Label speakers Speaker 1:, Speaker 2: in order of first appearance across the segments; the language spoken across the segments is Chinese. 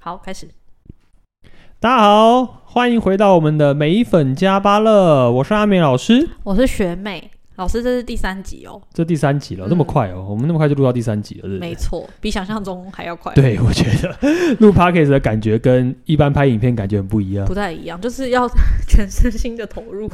Speaker 1: 好，开始。
Speaker 2: 大家好，欢迎回到我们的美粉加巴乐，我是阿美老师。
Speaker 1: 我是学妹老师，这是第三集哦，
Speaker 2: 这第三集了，这么
Speaker 1: 嗯
Speaker 2: 快哦，我们那么快就录到第三集了，是不
Speaker 1: 没
Speaker 2: 是？
Speaker 1: 错，比想象中还要快，，
Speaker 2: 对，我觉得录 podcast 的感觉跟一般拍影片感觉很不一样。
Speaker 1: 不太一样，就是要 全身心的投入。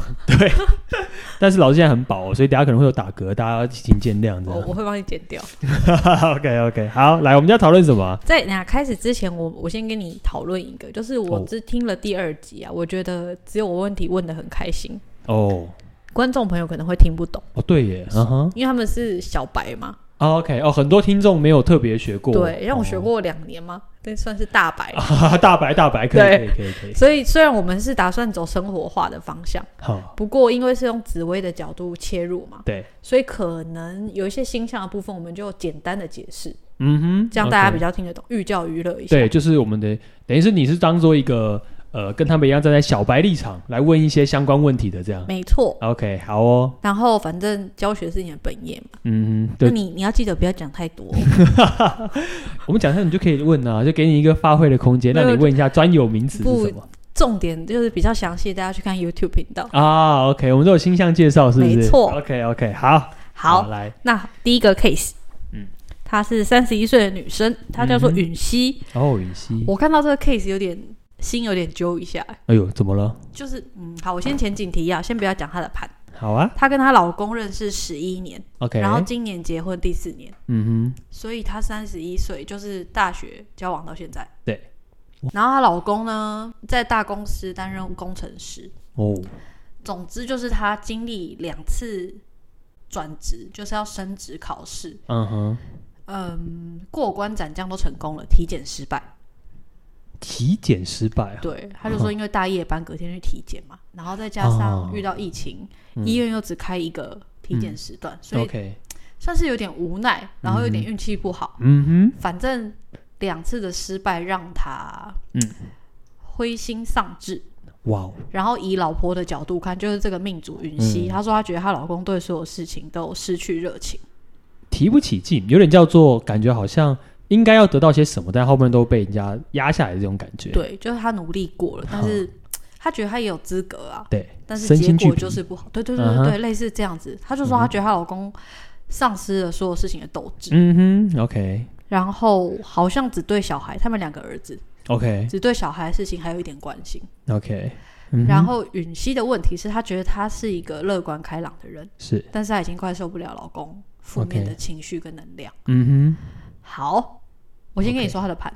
Speaker 2: 但是老师现在很饱、哦，所以等下可能会有打嗝，大家请见谅。这
Speaker 1: 哦我我 会帮你剪掉。
Speaker 2: 样。OK OK，好，来，我们要讨论什么啊？
Speaker 1: 在那开始之前，我我先跟你讨论一个，就是我
Speaker 2: 哦
Speaker 1: 只听了第二集啊，我觉得只有我问题问的很开心，
Speaker 2: 哦
Speaker 1: 观众朋友可能会听不懂，
Speaker 2: 哦，对耶，嗯哼、
Speaker 1: 因为他们是小白嘛，
Speaker 2: 啊 OK，哦，很多听众没有特别学过，
Speaker 1: 对，让我学
Speaker 2: 哦
Speaker 1: 过两年嘛，那算是大白。
Speaker 2: 啊，大白大白，可以可
Speaker 1: 对
Speaker 2: 以可以可以，
Speaker 1: 所以虽然我们是打算走生活化的方向，
Speaker 2: 好，
Speaker 1: 不过因为是用紫薇的角度切入嘛，
Speaker 2: 对，
Speaker 1: 所以可能有一些星象的部分，我们就简单的解释，
Speaker 2: 嗯哼，
Speaker 1: 这样大家
Speaker 2: OK
Speaker 1: 比较听得懂，寓教于乐一下。
Speaker 2: 对，就是我们的，等于是你是当做一个呃，跟他们一样站在小白立场来问一些相关问题的这样。
Speaker 1: 没错。
Speaker 2: OK，好哦，
Speaker 1: 然后反正教学是你的本业嘛，
Speaker 2: 嗯，
Speaker 1: 那
Speaker 2: 对，
Speaker 1: 你你要记得不要讲太多。
Speaker 2: 我们讲一下你就可以问啊，就给你一个发挥的空间，
Speaker 1: 没
Speaker 2: 让
Speaker 1: 有
Speaker 2: 你问一下专有名词
Speaker 1: 不
Speaker 2: 是什么
Speaker 1: 重点就是比较详细，大家去看 YouTube 频道。
Speaker 2: 啊？OK，我们都有星象介绍，是不是？
Speaker 1: 没错
Speaker 2: OK OK，好，
Speaker 1: 好，
Speaker 2: 来，
Speaker 1: 那第一个 case，
Speaker 2: 嗯
Speaker 1: 她是三十一岁的女生，她叫做
Speaker 2: 嗯哼
Speaker 1: 允熙。
Speaker 2: 哦，允熙，
Speaker 1: 我看到这个 case 有点心有点揪一下，
Speaker 2: 哎呦，怎么了？
Speaker 1: 就是嗯，好，我先前景提要，先不要讲她的盘。
Speaker 2: 好啊
Speaker 1: 她跟她老公认识十一年，
Speaker 2: ，OK，
Speaker 1: 然后今年结婚第四年。
Speaker 2: 嗯
Speaker 1: 所以她三十一岁，就是大学交往到现在。
Speaker 2: 对。
Speaker 1: 然后她老公呢，在大公司担任工程师。
Speaker 2: 哼，哦，
Speaker 1: 总之就是她经历两次转职，就是要升职考试，
Speaker 2: 嗯哼，
Speaker 1: 嗯，过关斩将都成功了，体检失败。
Speaker 2: 体检失败啊，
Speaker 1: 对，她就说因为大夜班，隔天去体检嘛，然后再加
Speaker 2: 哦
Speaker 1: 上遇到疫情，
Speaker 2: 嗯
Speaker 1: 医院又只开一个体检时段，所以
Speaker 2: ，OK，
Speaker 1: 算是有点无奈，然后有点运气不好。
Speaker 2: 嗯
Speaker 1: 反正两次的失败让他
Speaker 2: 嗯
Speaker 1: 灰心丧志。
Speaker 2: 哼，哇哦，
Speaker 1: 然后以老婆的角度看，就是这个命主云溪，
Speaker 2: 嗯
Speaker 1: 她说她觉得她老公对所有事情都失去热情，
Speaker 2: 提不起劲，有点叫做感觉好像应该要得到些什么，但后面都被人家压下来的这种感觉。
Speaker 1: 对，就是她努力过了，但是她觉得她也有资格啊，
Speaker 2: 对，
Speaker 1: 但是
Speaker 2: 身心
Speaker 1: 结
Speaker 2: 俱
Speaker 1: 果
Speaker 2: 疲
Speaker 1: 就是不好，对对对
Speaker 2: 嗯
Speaker 1: 对
Speaker 2: 哼
Speaker 1: 对，类似这样子，她就说她觉得她老公丧失了所有事情的斗志，
Speaker 2: 嗯哼，OK
Speaker 1: 然后好像只对小孩，他们两个儿子
Speaker 2: OK
Speaker 1: 只对小孩的事情还有一点关心，
Speaker 2: OK，嗯哼
Speaker 1: 然后允熙的问题是，她觉得她是一个乐观开朗的人，
Speaker 2: 是，
Speaker 1: 但是她已经快受不了老公负面的情绪跟能量。
Speaker 2: 嗯
Speaker 1: 好，我先跟你
Speaker 2: OK
Speaker 1: 说她的盘，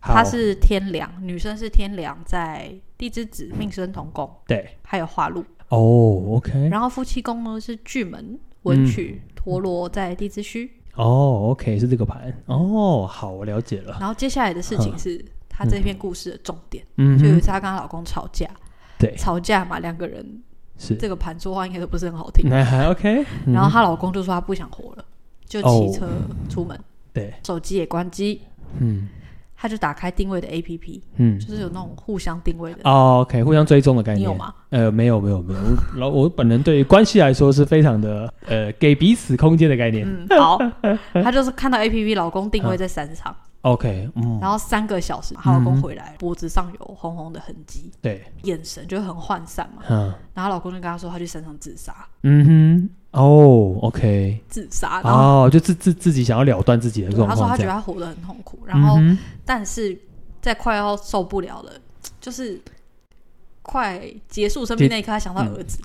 Speaker 2: 哼，好
Speaker 1: 她是天梁，女生是天梁在地支子、命生同宫，
Speaker 2: 对
Speaker 1: 还有化禄。
Speaker 2: 哦，OK
Speaker 1: 然后夫妻宫呢是巨门、文曲、陀罗在地支戌。
Speaker 2: 哦，OK 是这个盘哦，好，我了解了，
Speaker 1: 然后接下来的事情是她这篇故事的重点，
Speaker 2: 嗯
Speaker 1: 就有一
Speaker 2: 哼，
Speaker 1: 次她跟她老公吵架，
Speaker 2: 对
Speaker 1: 吵架嘛，两个人
Speaker 2: 是，
Speaker 1: 这个盘说话应该都不是很好听。
Speaker 2: 那还 OK，
Speaker 1: 然后
Speaker 2: 嗯哦
Speaker 1: 她老公就说她不想活了，就骑车出门，
Speaker 2: 对，
Speaker 1: 手机也关机，
Speaker 2: 嗯
Speaker 1: 她就打开定位的 APP，
Speaker 2: 嗯
Speaker 1: 就是有那种互相定位的，
Speaker 2: 哦，OK 互相追踪的概
Speaker 1: 你
Speaker 2: 念
Speaker 1: 有。吗？
Speaker 2: 呃，没有没有没有，我老我本人对于关系来说是非常的呃，给彼此空间的概念。
Speaker 1: 嗯，好， 她就是看到 APP 老公定位在山上，
Speaker 2: OK，嗯，
Speaker 1: 然后三个小时嘛，她老公回来，脖子上有红红的痕迹，
Speaker 2: 对，
Speaker 1: 眼神就很涣散嘛。
Speaker 2: 嗯。
Speaker 1: 然后她老公就跟她说，她去山上自杀，
Speaker 2: 嗯哼，哦，OK，
Speaker 1: 自杀。然后
Speaker 2: 哦，就自自自己想要了断自己的状
Speaker 1: 她说
Speaker 2: 况，
Speaker 1: 她
Speaker 2: 这
Speaker 1: 觉得她
Speaker 2: 样。
Speaker 1: 活得很痛苦，然后
Speaker 2: 嗯哼
Speaker 1: 但是在快要受不了了，就是快结束生命那一刻，他想到儿子，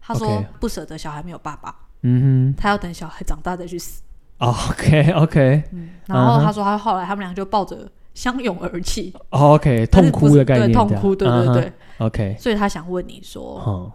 Speaker 1: 他说
Speaker 2: 嗯 OK
Speaker 1: 不舍得小孩没有爸爸，
Speaker 2: 嗯
Speaker 1: 他要等小孩长大再去死。
Speaker 2: 哼，OK，OK，
Speaker 1: 然后
Speaker 2: 嗯哼
Speaker 1: 他说他后来他们俩就抱着相拥而泣，
Speaker 2: 哦，OK，
Speaker 1: 但
Speaker 2: 痛
Speaker 1: 是不
Speaker 2: 哭
Speaker 1: 是
Speaker 2: 的概念
Speaker 1: 对，
Speaker 2: 这样，
Speaker 1: 痛哭，对对对。
Speaker 2: 对，OK，
Speaker 1: 所以他想问你说，
Speaker 2: 哦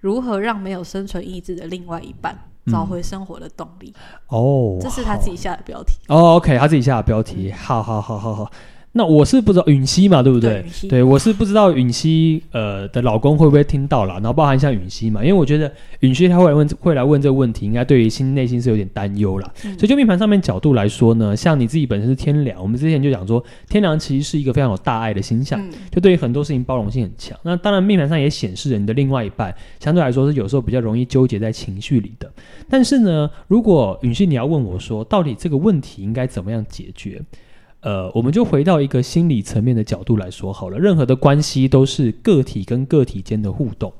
Speaker 1: 如何让没有生存意志的另外一半找回生活的动力？
Speaker 2: 哦，
Speaker 1: 这是嗯他自己下的标题。
Speaker 2: 好哦，OK，他自己下的标题，好好好好好。那我是不知道允熙嘛，对不对？
Speaker 1: 对允熙
Speaker 2: 对，我是不知道允熙呃的老公会不会听到啦，然后包含像允熙嘛，因为我觉得允熙他会来问会来问这个问题，应该对于心内心是有点担忧啦。
Speaker 1: 嗯
Speaker 2: 所以就命盘上面角度来说呢，像你自己本身是天梁，我们之前就讲说天梁其实是一个非常有大爱的星象，
Speaker 1: 嗯，
Speaker 2: 就对于很多事情包容性很强。那当然，命盘上也显示了你的另外一半相对来说是有时候比较容易纠结在情绪里的。但是呢，如果允许你要问我说，到底这个问题应该怎么样解决？呃，我们就回到一个心理层面的角度来说好了，任何的关系都是个体跟个体间的互动。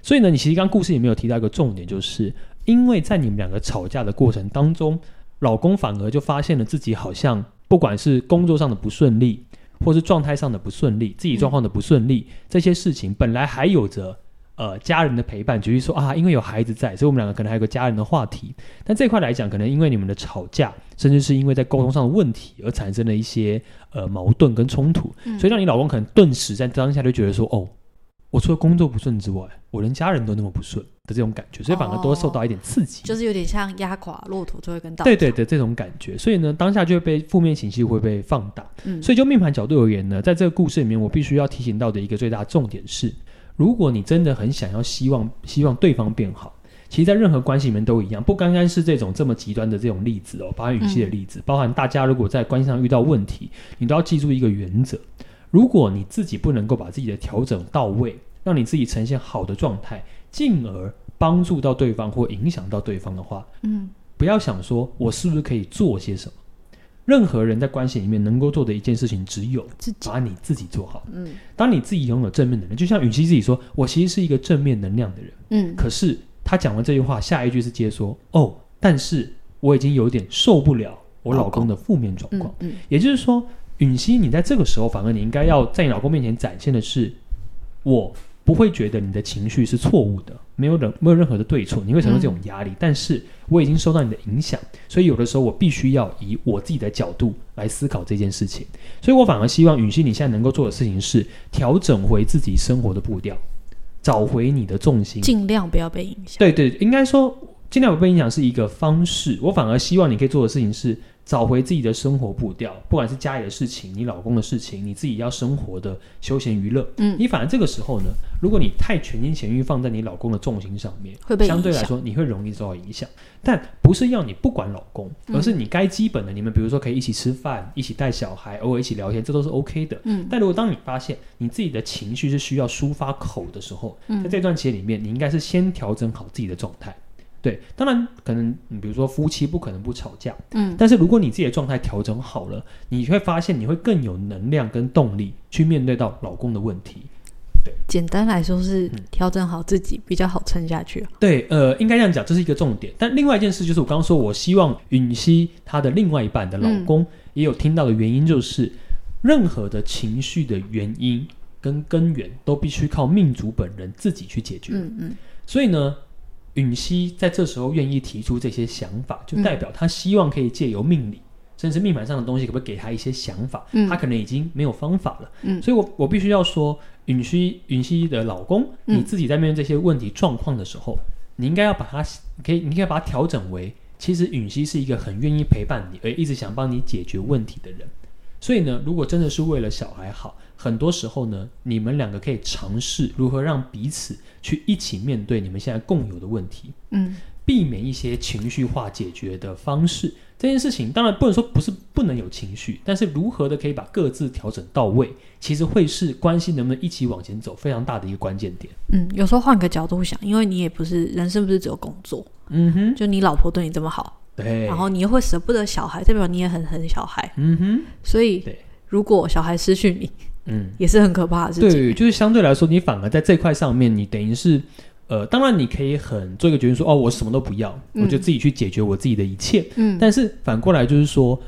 Speaker 2: 所以呢，你其实刚故事里面有提到一个重点，就是因为在你们两个吵架的过程当中，老公反而就发现了自己好像不管是工作上的不顺利，或是状态上的不顺利，自己状况的不顺利，
Speaker 1: 嗯
Speaker 2: 这些事情本来还有着呃家人的陪伴，举例说啊，因为有孩子在，所以我们两个可能还有个家人的话题。但这块来讲，可能因为你们的吵架，甚至是因为在沟通上的问题而产生了一些呃矛盾跟冲突，
Speaker 1: 嗯
Speaker 2: 所以让你老公可能顿时在当下就觉得说，哦，我除了工作不顺之外，我连家人都那么不顺的这种感觉，所以反而都会受到一点刺激。
Speaker 1: 哦就是有点像压垮骆驼最后一根稻草。
Speaker 2: 对对对，这种感觉，所以呢，当下就会被负面情绪会被放大。
Speaker 1: 嗯，
Speaker 2: 所以就命盘角度而言呢，在这个故事里面，我必须要提醒到的一个最大重点是，如果你真的很想要希望希望对方变好，其实，在任何关系里面都一样，不单单是这种这么极端的这种例子哦，包含语气的例子，包含大家如果在关系上遇到问题，你都要记住一个原则：如果你自己不能够把自己的调整到位，让你自己呈现好的状态，进而帮助到对方或影响到对方的话，
Speaker 1: 嗯
Speaker 2: 不要想说我是不是可以做些什么。任何人在关系里面能够做的一件事情，只有
Speaker 1: 自己
Speaker 2: 把你自己做好。
Speaker 1: 嗯
Speaker 2: 当你自己拥有正面能量，就像允熙自己说：“我其实是一个正面能量的人。”
Speaker 1: 嗯
Speaker 2: 可是他讲完这句话，下一句是接说：“哦，但是我已经有点受不了我老公的负面状况。
Speaker 1: 嗯嗯
Speaker 2: 也就是说，允熙，你在这个时候，反而你应该要在你老公面前展现的是，我不会觉得你的情绪是错误的，没有任没有任何的对错，你会承受这种压力，但是我已经受到你的影响，所以有的时候我必须要以我自己的角度来思考这件事情，所以我反而希望允熙你现在能够做的事情是调整回自己生活的步调，找回你的重心，
Speaker 1: 尽量不要被影响。
Speaker 2: 嗯对对，应该说尽量不被影响是一个方式。我反而希望你可以做的事情是找回自己的生活步调，不管是家里的事情、你老公的事情、你自己要生活的休闲娱乐。
Speaker 1: 嗯
Speaker 2: 你反而这个时候呢，如果你太全心全意放在你老公的重心上面，
Speaker 1: 会被
Speaker 2: 相对
Speaker 1: 影
Speaker 2: 来
Speaker 1: 响
Speaker 2: 说你会容易受到影响。但不是要你不管老公，
Speaker 1: 嗯
Speaker 2: 而是你该基本的，你们比如说可以一起吃饭、一起带小孩、偶尔一起聊天，这都是 OK 的。
Speaker 1: 嗯
Speaker 2: 但如果当你发现你自己的情绪是需要抒发口的时候，
Speaker 1: 嗯
Speaker 2: 在这段期间里面，你应该是先调整好自己的状态。对，当然可能，你比如说夫妻不可能不吵架，
Speaker 1: 嗯
Speaker 2: 但是如果你自己的状态调整好了，你会发现你会更有能量跟动力去面对到老公的问题。
Speaker 1: 简单来说是
Speaker 2: 嗯
Speaker 1: 调整好自己比较好撑下去。
Speaker 2: 对，呃，应该这样讲，这是一个重点。但另外一件事就是，我刚刚说，我希望允熙她的另外一半的老公也有听到的原因，就是、任何的情绪的原因跟根源都必须靠命主本人自己去解决。
Speaker 1: 嗯嗯
Speaker 2: 所以呢，允熙在这时候愿意提出这些想法，就代表他希望可以借由命理，甚至命盘上的东西，可不可以给他一些想法？
Speaker 1: 嗯
Speaker 2: 他可能已经没有方法了。
Speaker 1: 嗯
Speaker 2: 所以我我必须要说，允熙允熙的老公，
Speaker 1: 嗯
Speaker 2: 你自己在面对这些问题状况的时候，你应该要把它可以，你可以把它调整为，其实允熙是一个很愿意陪伴你，而一直想帮你解决问题的人。所以呢，如果真的是为了小孩好，很多时候呢，你们两个可以尝试如何让彼此去一起面对你们现在共有的问题。
Speaker 1: 嗯
Speaker 2: 避免一些情绪化解决的方式。这件事情当然不能说不是不能有情绪，但是如何的可以把各自调整到位，其实会是关系能不能一起往前走非常大的一个关键点。
Speaker 1: 嗯，有时候换个角度想，因为你也不是人生，不是只有工作，
Speaker 2: 嗯哼，
Speaker 1: 就你老婆对你这么好，
Speaker 2: 对，
Speaker 1: 然后你又会舍不得小孩，代表你也很恨小孩，
Speaker 2: 嗯哼，
Speaker 1: 所以
Speaker 2: 对
Speaker 1: 如果小孩失去你，
Speaker 2: 嗯，
Speaker 1: 也是很可怕的事情。
Speaker 2: 对，就是相对来说，你反而在这块上面，你等于是。呃，当然，你可以很做一个决定说，哦，我什么都不要，我就
Speaker 1: 嗯
Speaker 2: 自己去解决我自己的一切。
Speaker 1: 嗯，
Speaker 2: 但是反过来就是说，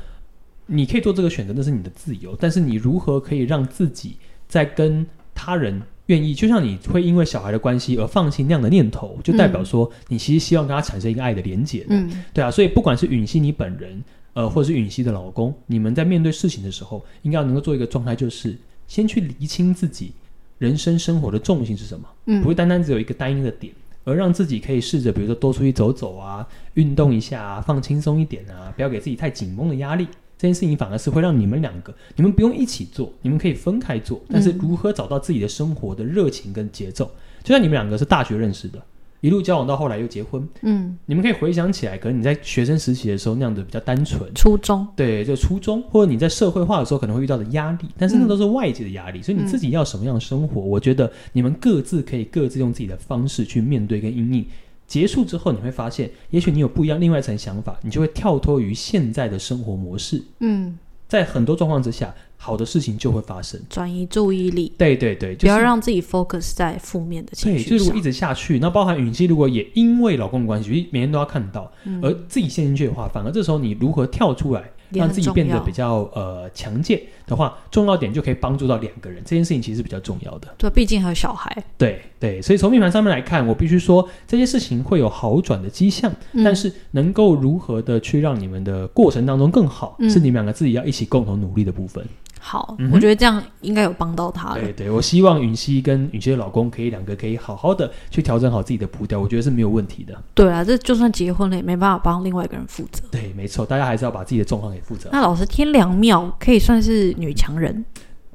Speaker 2: 你可以做这个选择，那是你的自由。但是你如何可以让自己在跟他人愿意，就像你会因为小孩的关系而放弃那样的念头，就代表说你其实希望跟他产生一个爱的连结的。
Speaker 1: 嗯
Speaker 2: 对啊，所以不管是允熙你本人，呃，或者是允熙的老公，你们在面对事情的时候，应该要能够做一个状态，就是先去厘清自己人生生活的重心是什么。不
Speaker 1: 嗯
Speaker 2: 会单单只有一个单一的点，而让自己可以试着，比如说多出去走走啊，运动一下啊，放轻松一点啊，不要给自己太紧绷的压力。这件事情反而是会让你们两个，你们不用一起做，你们可以分开做，但是如何找到自己的生活的热情跟节奏，就像你们两个是大学认识的，一路交往到后来又结婚，
Speaker 1: 嗯，
Speaker 2: 你们可以回想起来，可能你在学生时期的时候那样的比较单纯，
Speaker 1: 初衷
Speaker 2: 对，就初中或者你在社会化的时候可能会遇到的压力，但
Speaker 1: 嗯
Speaker 2: 是那都是外界的压力，所以你自己要什么样的生活，我觉得你们各自可以各自用自己的方式去面对跟应应。结束之后，你会发现，也许你有不一样另外一层想法，你就会跳脱于现在的生活模式，
Speaker 1: 嗯
Speaker 2: 在很多状况之下，好的事情就会发生。
Speaker 1: 转移注意力，
Speaker 2: 对对对，就是、
Speaker 1: 不要让自己 focus 在负面的情
Speaker 2: 对，
Speaker 1: 绪
Speaker 2: 就如
Speaker 1: 上
Speaker 2: 果一。直下去，那包含允熙如果也因为老公的关系，每天都要看到，
Speaker 1: 嗯
Speaker 2: 而自己陷进去的话，反而这时候你如何跳出来，
Speaker 1: 也
Speaker 2: 让
Speaker 1: 很
Speaker 2: 自己
Speaker 1: 重
Speaker 2: 变得
Speaker 1: 要
Speaker 2: 比较呃强健的话，重要点就可以帮助到两个人，这件事情其实是比较重要的。
Speaker 1: 对，毕竟还有小孩。
Speaker 2: 对对，所以从命盘上面来看，我必须说这些事情会有好转的迹象，但
Speaker 1: 嗯
Speaker 2: 是能够如何的去让你们的过程当中更好，
Speaker 1: 嗯
Speaker 2: 是你们两个自己要一起共同努力的部分。
Speaker 1: 好，
Speaker 2: 嗯哼
Speaker 1: 我觉得这样应该有帮到他了
Speaker 2: 对。对，我希望允熙跟允熙的老公可以两个可以好好的去调整好自己的步调，我觉得是没有问题的。
Speaker 1: 对啊，这就算结婚了，也没办法帮另外一个人负责。
Speaker 2: 对，没错，大家还是要把自己的状况给负责。
Speaker 1: 那老师天良庙可以算是女强人，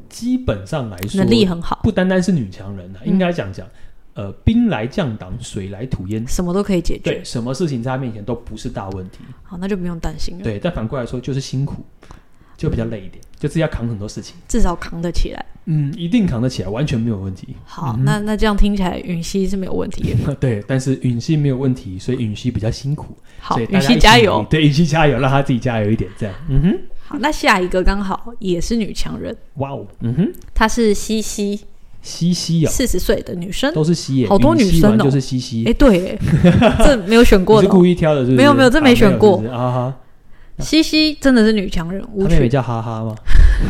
Speaker 2: 基本上来说，
Speaker 1: 能力很好，
Speaker 2: 不单单是女强人啊，
Speaker 1: 嗯
Speaker 2: 应该讲讲，呃，兵来将挡，水来土掩。
Speaker 1: 什么都可以解决
Speaker 2: 嗯对，。什么事情在她面前都不是大问题。
Speaker 1: 好，那就不用担心了，
Speaker 2: 对，但反过来说，就是辛苦，就比较累一点，就自己要扛很多事情。
Speaker 1: 至少扛得起来。
Speaker 2: 嗯，一定扛得起来，完全没有问题。
Speaker 1: 好，
Speaker 2: 嗯哼
Speaker 1: 那那这样听起来允熙是没有问题的。
Speaker 2: 对，但是允熙没有问题，所以允熙比较辛苦。
Speaker 1: 好，
Speaker 2: 所以大
Speaker 1: 允
Speaker 2: 家一
Speaker 1: 熙
Speaker 2: 起
Speaker 1: 加
Speaker 2: 努
Speaker 1: 油
Speaker 2: 力！对，允熙加油，让她自己加油一点，这样。嗯哼，
Speaker 1: 好，那下一个刚好也是女强人，
Speaker 2: 哇哦，嗯哼，
Speaker 1: 她是西西，
Speaker 2: 西西哦，
Speaker 1: 四十岁的女生。
Speaker 2: 都是西耶，
Speaker 1: 好多
Speaker 2: 允熙
Speaker 1: 女生
Speaker 2: 完
Speaker 1: 哦
Speaker 2: 就是西西。
Speaker 1: 哎，对 耶，这没有选过
Speaker 2: 你
Speaker 1: 的
Speaker 2: 是故
Speaker 1: 哦。
Speaker 2: 意挑的，是不是？
Speaker 1: 没有没有这
Speaker 2: 啊
Speaker 1: 没选过
Speaker 2: 是不是啊哈。
Speaker 1: 西西真的是女强人，无
Speaker 2: 他妹妹
Speaker 1: 趣
Speaker 2: 叫哈哈吗？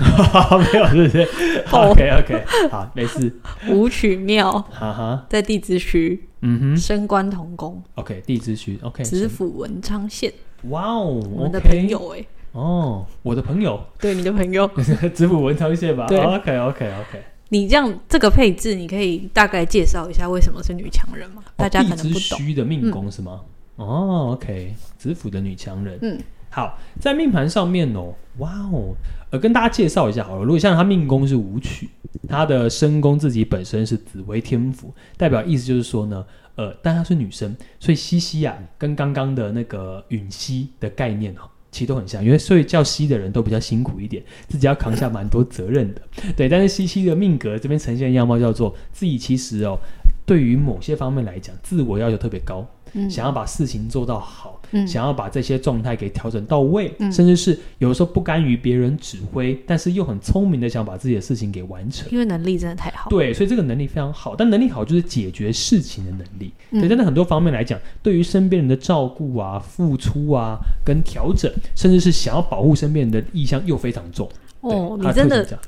Speaker 2: 没有，是不是
Speaker 1: 哦
Speaker 2: ？OK OK，好，没事，
Speaker 1: 无曲庙，
Speaker 2: 哈哈，
Speaker 1: 在地质区
Speaker 2: 嗯哎哼
Speaker 1: 升官同工，
Speaker 2: ，OK，地之区，OK，
Speaker 1: 直府文昌县，
Speaker 2: 哇哦
Speaker 1: 我们的朋
Speaker 2: ，OK，嗯
Speaker 1: 友哎，
Speaker 2: 哦，我的朋友，
Speaker 1: 对你的朋友，
Speaker 2: 子府文昌县吧
Speaker 1: 对
Speaker 2: ，OK OK OK，
Speaker 1: 你这样这个配置，你可以大概介绍一下为什么是女强人吗？大家可能
Speaker 2: 地
Speaker 1: 不
Speaker 2: 之
Speaker 1: 懂。
Speaker 2: 虚的命宫哦是吗？哦，OK，子府的女强人，
Speaker 1: 嗯，
Speaker 2: 好，在命盘上面哦，哇哦，呃，跟大家介绍一下好了。如果像他命宫是武曲，他的身宫自己本身是紫微天府，代表意思就是说呢，呃，但她是女生，所以西西啊，跟刚刚的那个允熙的概念哦。其实都很像，因为所以叫西的人都比较辛苦一点，自己要扛下蛮多责任的。对，但是西西的命格这边呈现的样貌叫做自己其实哦，对于某些方面来讲，自我要求特别高，
Speaker 1: 嗯
Speaker 2: 想要把事情做到好，
Speaker 1: 嗯
Speaker 2: 想要把这些状态给调整到位，
Speaker 1: 嗯
Speaker 2: 甚至是有的时候不甘于别人指挥，但是又很聪明的想把自己的事情给完成。
Speaker 1: 因为能力真的太好。
Speaker 2: 对，所以这个能力非常好，但能力好就是解决事情的能力。
Speaker 1: 嗯
Speaker 2: 对，但在很多方面来讲，对于身边人的照顾啊、付出啊、跟调整，甚至是想要保护身边人的意向又非常重。
Speaker 1: 哦，
Speaker 2: 对
Speaker 1: 你真，
Speaker 2: 他特
Speaker 1: 的
Speaker 2: 质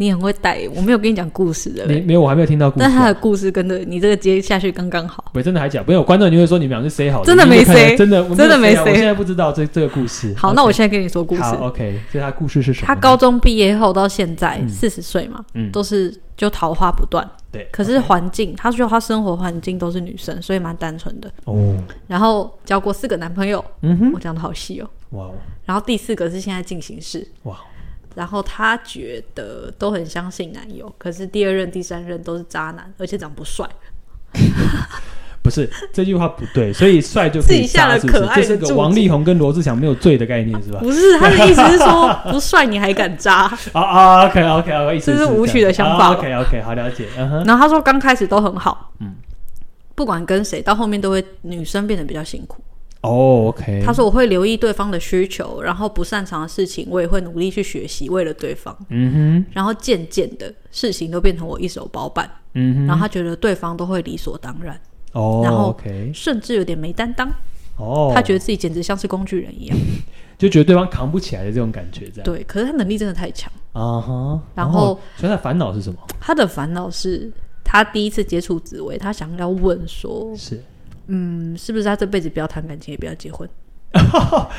Speaker 1: 你很会带，我没有跟你讲故事的
Speaker 2: 这，样你没有，我还没有听到故事
Speaker 1: 但
Speaker 2: 啊、
Speaker 1: 他的故事跟着你这个接下去刚刚好。
Speaker 2: 我真的还讲，没有观众你会说你们俩是 say 好的，
Speaker 1: 真的
Speaker 2: 你有
Speaker 1: 没
Speaker 2: 有看到
Speaker 1: say，
Speaker 2: 真的我
Speaker 1: 真的没
Speaker 2: 啊
Speaker 1: say
Speaker 2: 我现在不知道这这个故事。
Speaker 1: 好，那我现在跟你说故事。
Speaker 2: 好，OK，所以他故事是什么呢？
Speaker 1: 他高中毕业后到现在
Speaker 2: 嗯
Speaker 1: 四十岁嘛，
Speaker 2: 嗯
Speaker 1: 都是就桃花不断。
Speaker 2: 对，
Speaker 1: 可是环境，他说他生活环境都是女生，所以蛮单纯的。
Speaker 2: 哦，
Speaker 1: 然后交过四个男朋友，
Speaker 2: 嗯哼，
Speaker 1: 我讲的好细哦。
Speaker 2: 哇哦，
Speaker 1: 然后第四个是现在进行式，
Speaker 2: 哇哦，
Speaker 1: 然后她觉得都很相信男友，可是第二任、第三任都是渣男，而且长不 帅。
Speaker 2: 不是这句话不对，所以帅就可以杀
Speaker 1: 自己下了可爱的
Speaker 2: 是不是这
Speaker 1: 注
Speaker 2: 是
Speaker 1: 解
Speaker 2: 个王力宏跟罗志祥没有罪的概念 是吧？
Speaker 1: 不是他的意思是说，不帅你还敢 渣？
Speaker 2: 啊啊，OK OK OK，意思
Speaker 1: 这是
Speaker 2: 是
Speaker 1: 舞曲的想法吧
Speaker 2: OK OK，好了解，嗯哼，
Speaker 1: 然后他说刚开始都很好，
Speaker 2: 嗯
Speaker 1: 不管跟谁，到后面都会女生变得比较辛苦。
Speaker 2: 哦，OK，
Speaker 1: 他，说我会留意对方的需求，然后不擅长的事情我也会努力去学习，为了对方。
Speaker 2: 嗯
Speaker 1: 然后渐渐的事情都变成我一手包办，
Speaker 2: 哼，嗯哼，
Speaker 1: 然后他觉得对方都会理所当然，
Speaker 2: 哦
Speaker 1: 然后
Speaker 2: ，OK，
Speaker 1: 甚至有点没担当。
Speaker 2: 哦，
Speaker 1: 他觉得自己简直像是工具人一样。
Speaker 2: 就觉得对方扛不起来的这种感觉，这样，
Speaker 1: 对，可是他能力真的太强。
Speaker 2: 啊哈，
Speaker 1: 然后
Speaker 2: 哦，所以他的烦恼是什么？
Speaker 1: 他的烦恼是，他第一次接触紫薇，他想要问说，
Speaker 2: 是，
Speaker 1: 嗯，是不是他这辈子不要谈感情，也不要结 婚？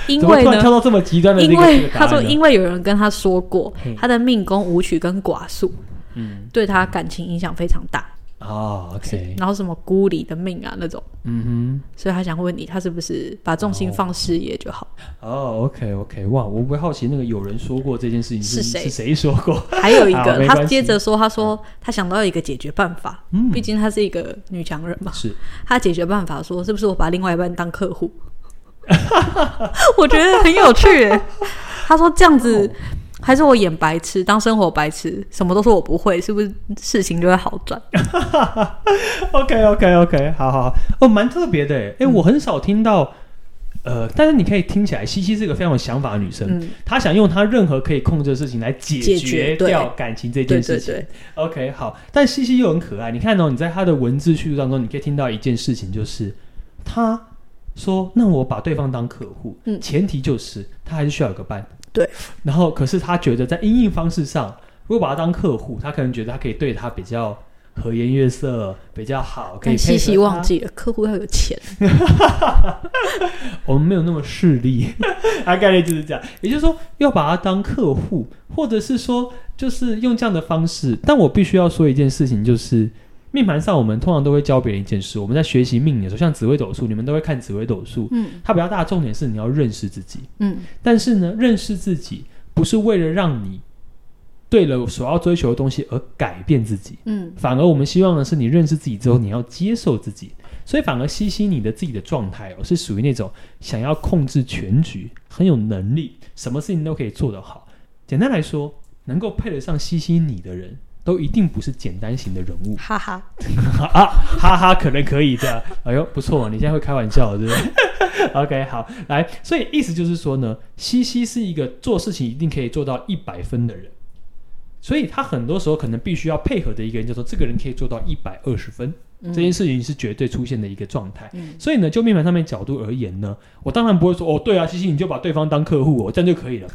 Speaker 1: 因
Speaker 2: 怎么
Speaker 1: 为
Speaker 2: 突然跳
Speaker 1: 呢，
Speaker 2: 到这么极端的这
Speaker 1: 因
Speaker 2: 个这
Speaker 1: 为
Speaker 2: 个答
Speaker 1: 他
Speaker 2: 案
Speaker 1: 说，
Speaker 2: 呢
Speaker 1: 因为有人跟他说过
Speaker 2: 嘿，
Speaker 1: 他的命宫舞曲跟寡宿，
Speaker 2: 嗯，
Speaker 1: 对他感情影响非常大，
Speaker 2: 啊，OK，
Speaker 1: 然后什么孤立的命啊那种，
Speaker 2: 嗯
Speaker 1: 所以他想问你，他是不是把重心
Speaker 2: 哦
Speaker 1: 放事业就好？
Speaker 2: 哼，哦，OK OK，哇，我会好奇那个有人说过这件事情
Speaker 1: 是谁
Speaker 2: 是谁说 过？
Speaker 1: 还有一
Speaker 2: 哦好
Speaker 1: 个，
Speaker 2: 没
Speaker 1: 他
Speaker 2: 关系
Speaker 1: 接着说，他说他想到一个解决办法，
Speaker 2: 嗯
Speaker 1: 毕竟她是一个女强人嘛，
Speaker 2: 是，
Speaker 1: 他解决办法说，是不是我把另外一半当客 户？我觉得很有趣 耶。他说这样
Speaker 2: 哦
Speaker 1: 子，还是我演白痴，当生活白痴，什么都说我不会，是不是事情就会好转？
Speaker 2: 欸
Speaker 1: 嗯
Speaker 2: OK OK OK，好好好，哦，蛮特别的诶，哎、我很少听到呃，但是你可以听起来，西西是个非常有想法的女生，
Speaker 1: 嗯，
Speaker 2: 她想用她任何可以控制的事情来解
Speaker 1: 解
Speaker 2: 决
Speaker 1: 决
Speaker 2: 掉感情这
Speaker 1: 对
Speaker 2: 件事
Speaker 1: 对
Speaker 2: 情。
Speaker 1: 对，
Speaker 2: OK，好，但西西又很可爱。你看哦，你在她的文字叙述当中，你可以听到一件事情，就是她说：“那我把对方当客户，
Speaker 1: 嗯
Speaker 2: 前提就是她还是需要有个伴。”
Speaker 1: 对。
Speaker 2: 然后，可是她觉得在应应方式上，如果把她当客户，她可能觉得她可以对她比较和颜悦色，比较好，可
Speaker 1: 但
Speaker 2: 以配
Speaker 1: 西
Speaker 2: 合
Speaker 1: 西
Speaker 2: 她
Speaker 1: 忘记了，客户要有钱，
Speaker 2: 我们没有那么势利，大概率就是这样。也就是说，要把它当客户，或者是说，就是用这样的方式。但我必须要说一件事情，就是命盘上我们通常都会教别人一件事。我们在学习命理的时候，像紫微斗数，你们都会看紫微斗数。
Speaker 1: 嗯
Speaker 2: 它比较大的重点是你要认识自己，
Speaker 1: 嗯，
Speaker 2: 但是呢，认识自己不是为了让你对了所要追求的东西而改变自己。
Speaker 1: 嗯
Speaker 2: 反而我们希望的是，你认识自己之后，你要接受自己。所以反而西西你的自己的状态哦，是属于那种想要控制全局，很有能力，什么事情都可以做得好。简单来说，能够配得上西西你的人，都一定不是简单型的人物
Speaker 1: 哈哈，
Speaker 2: 啊，哈哈，可能可以的。哎呦，不错，你现在会开玩笑，对不对 ？OK，好，来，所以意思就是说呢，西西是一个做事情一定可以做到一百分的人。所以他很多时候可能必须要配合的一个人，叫做这个人可以做到一百二十分，
Speaker 1: 嗯
Speaker 2: 这件事情是绝对出现的一个状态。
Speaker 1: 嗯
Speaker 2: 所以呢，就命盘上面角度而言呢，我当然不会说哦，对啊，西西你就把对方当客户、哦，这样就可以了。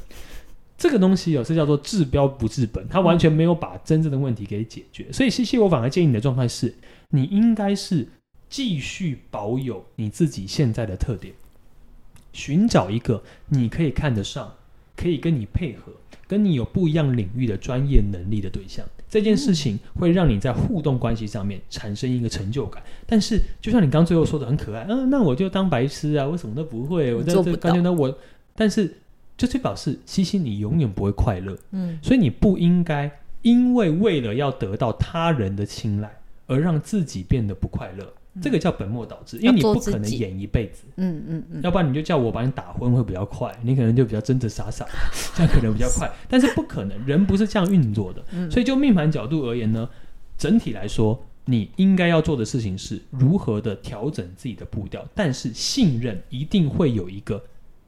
Speaker 2: 这个东西哦是叫做治标不治本，他完全没有把真正的问题给解决。所以西西，我反而建议你的状态是，你应该是继续保有你自己现在的特点，寻找一个你可以看得上、可以跟你配合、跟你有不一样领域的专业能力的对象。这件事情会让你在互动关系上面产生一个成就感。但是，就像你刚最后说的，很可爱，嗯、那我就当白痴啊，我什么都不会，我在
Speaker 1: 做
Speaker 2: 这
Speaker 1: 不
Speaker 2: 感觉
Speaker 1: 到
Speaker 2: 呢，我，但是这就表示西西你永远不会快乐，
Speaker 1: 嗯
Speaker 2: 所以你不应该因为为了要得到他人的青睐而让自己变得不快乐，
Speaker 1: 嗯
Speaker 2: 这个叫本末倒置，因为你
Speaker 1: 要
Speaker 2: 不
Speaker 1: 做自
Speaker 2: 可能
Speaker 1: 己
Speaker 2: 演一辈子。
Speaker 1: 嗯嗯嗯，
Speaker 2: 要不然你就叫我把你打昏会比较快，你可能就比较真真傻傻，这样可能比较快。但是不可能，人不是这样运作的。
Speaker 1: 嗯
Speaker 2: 所以就命盘角度而言呢，整体来说，你应该要做的事情是如何的调整自己的步调，但是信任一定会有一个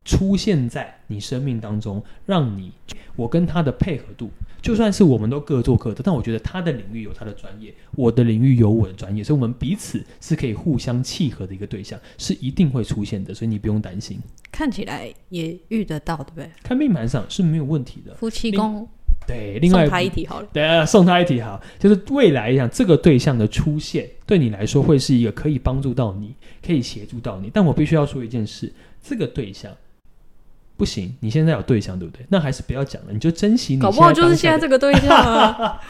Speaker 2: 出现在你生命当中，让你我跟他的配合度，就算是我们都各做各的，但我觉得他的领域有他的专业，我的领域有我的专业，所以我们彼此是可以互相契合的一个对象，是一定会出现的，所以你不用担心，
Speaker 1: 看起来也遇得到，对不对？
Speaker 2: 看命盘上是没有问题的。
Speaker 1: 夫妻
Speaker 2: 另
Speaker 1: 宫
Speaker 2: 对，另外
Speaker 1: 送他一题好了，
Speaker 2: 等一下送他一题哈，就是未来讲这个对象的出现，对你来说会是一个可以帮助到你，可以协助到你。但我必须要说一件事，这个对象不行，你现在有对象对不对？那还是不要讲了，你就珍惜你
Speaker 1: 搞
Speaker 2: 现在当下的。
Speaker 1: 不好就是现在这个对象 啊。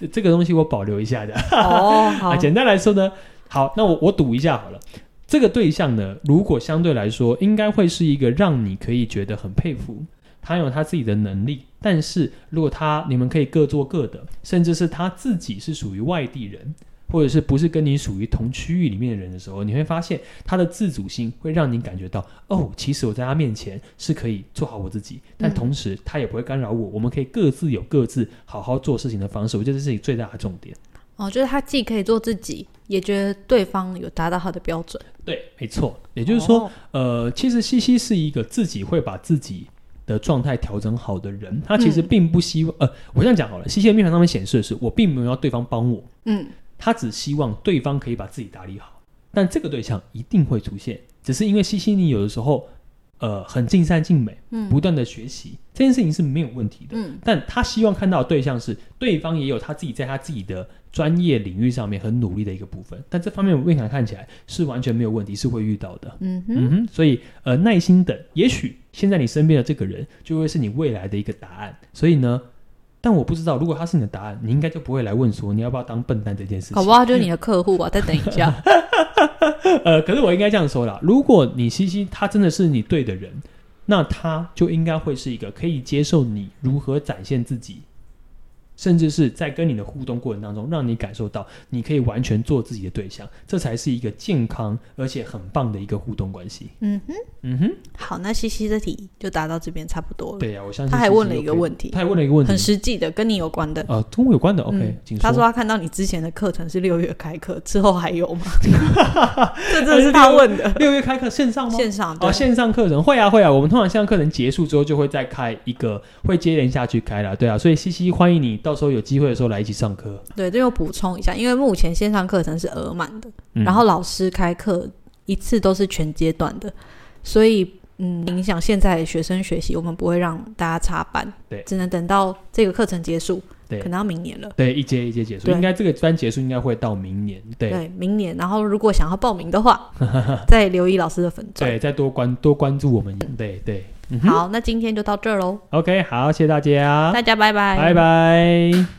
Speaker 2: 这这个东西我保留一下的。
Speaker 1: 哦，好
Speaker 2: 啊，，简单来说呢，好，那我我赌一下好了。这个对象呢，如果相对来说，应该会是一个让你可以觉得很佩服，他有他自己的能力。但是如果他你们可以各做各的，甚至是他自己是属于外地人，或者是不是跟你属于同区域里面的人的时候，你会发现他的自主性会让你感觉到，哦，其实我在他面前是可以做好我自己，但同时他也不会干扰我，我们可以各自有各自好好做事情的方式。我觉得这是你最大的重点。
Speaker 1: 哦，就是他既可以做自己，也觉得对方有达到他的标准。
Speaker 2: 对，没错，也就是说，
Speaker 1: 哦，
Speaker 2: 呃，其实西西是一个自己会把自己的状态调整好的人，他其实
Speaker 1: 嗯
Speaker 2: 并不希望，呃，我这样讲好了，西西的命盘上面显示的是，我并没有要对方帮我，
Speaker 1: 嗯，
Speaker 2: 他只希望对方可以把自己打理好，但这个对象一定会出现，只是因为西西你有的时候，呃，很尽善尽美，
Speaker 1: 嗯
Speaker 2: 不断的学习，这件事情是没有问题的，
Speaker 1: 嗯
Speaker 2: 但他希望看到的对象是对方也有他自己在他自己的专业领域上面很努力的一个部分，但这方面我目前看起来是完全没有问题，是会遇到的。
Speaker 1: 嗯哼，
Speaker 2: 嗯哼，所以呃，耐心等，也许现在你身边的这个人就会是你未来的一个答案。所以呢，但我不知道，如果他是你的答案，你应该就不会来问说你要不要当笨蛋这件事情。
Speaker 1: 搞不好就是你的客户啊。再等一 下，
Speaker 2: 呃，可是我应该这样说啦，如果你西西他真的是你对的人，那他就应该会是一个可以接受你如何展现自己，甚至是在跟你的互动过程当中，让你感受到你可以完全做自己的对象，这才是一个健康而且很棒的一个互动关系。
Speaker 1: 嗯哼，
Speaker 2: 嗯哼，
Speaker 1: 好，那西西这题就答到这边差不多了。
Speaker 2: 对啊呀、我相信
Speaker 1: 他还问了一个
Speaker 2: 题，
Speaker 1: 问题，
Speaker 2: 他还问了一个问
Speaker 1: 很
Speaker 2: 题，
Speaker 1: 实际的，跟你有关的。
Speaker 2: 呃，跟我有关的，OK，
Speaker 1: 嗯
Speaker 2: 请
Speaker 1: 他说
Speaker 2: 说。
Speaker 1: 他看到你之前的课程是六月开课，之后还有 吗？这真的是他问的，
Speaker 2: 六月开课线上吗？
Speaker 1: 线上的
Speaker 2: 哦，线上课程会啊会啊，我们通常线上课程结束之后就会再开一个，会接连下去开啦，对啊，所以西西欢迎你，到时候有机会的时候来一起上课。
Speaker 1: 对，这又补充一下，因为目前线上课程是额满的，
Speaker 2: 嗯、
Speaker 1: 然后老师开课一次都是全阶段的，所以嗯，影响现在学生学习，我们不会让大家插班，
Speaker 2: 对
Speaker 1: 只能等到这个课程结束，
Speaker 2: 对
Speaker 1: 可能要明年了。
Speaker 2: 对一阶一阶结束，
Speaker 1: 对
Speaker 2: 应该这个班结束应该会到明年，对
Speaker 1: 对，明年，然后如果想要报名的 话，再留意老师的粉钻。
Speaker 2: 对，再多关多关注我们，对对，嗯哼
Speaker 1: 好，那今天就到这儿喽，
Speaker 2: ，OK，好，谢谢大家，
Speaker 1: 大家拜拜，
Speaker 2: 拜拜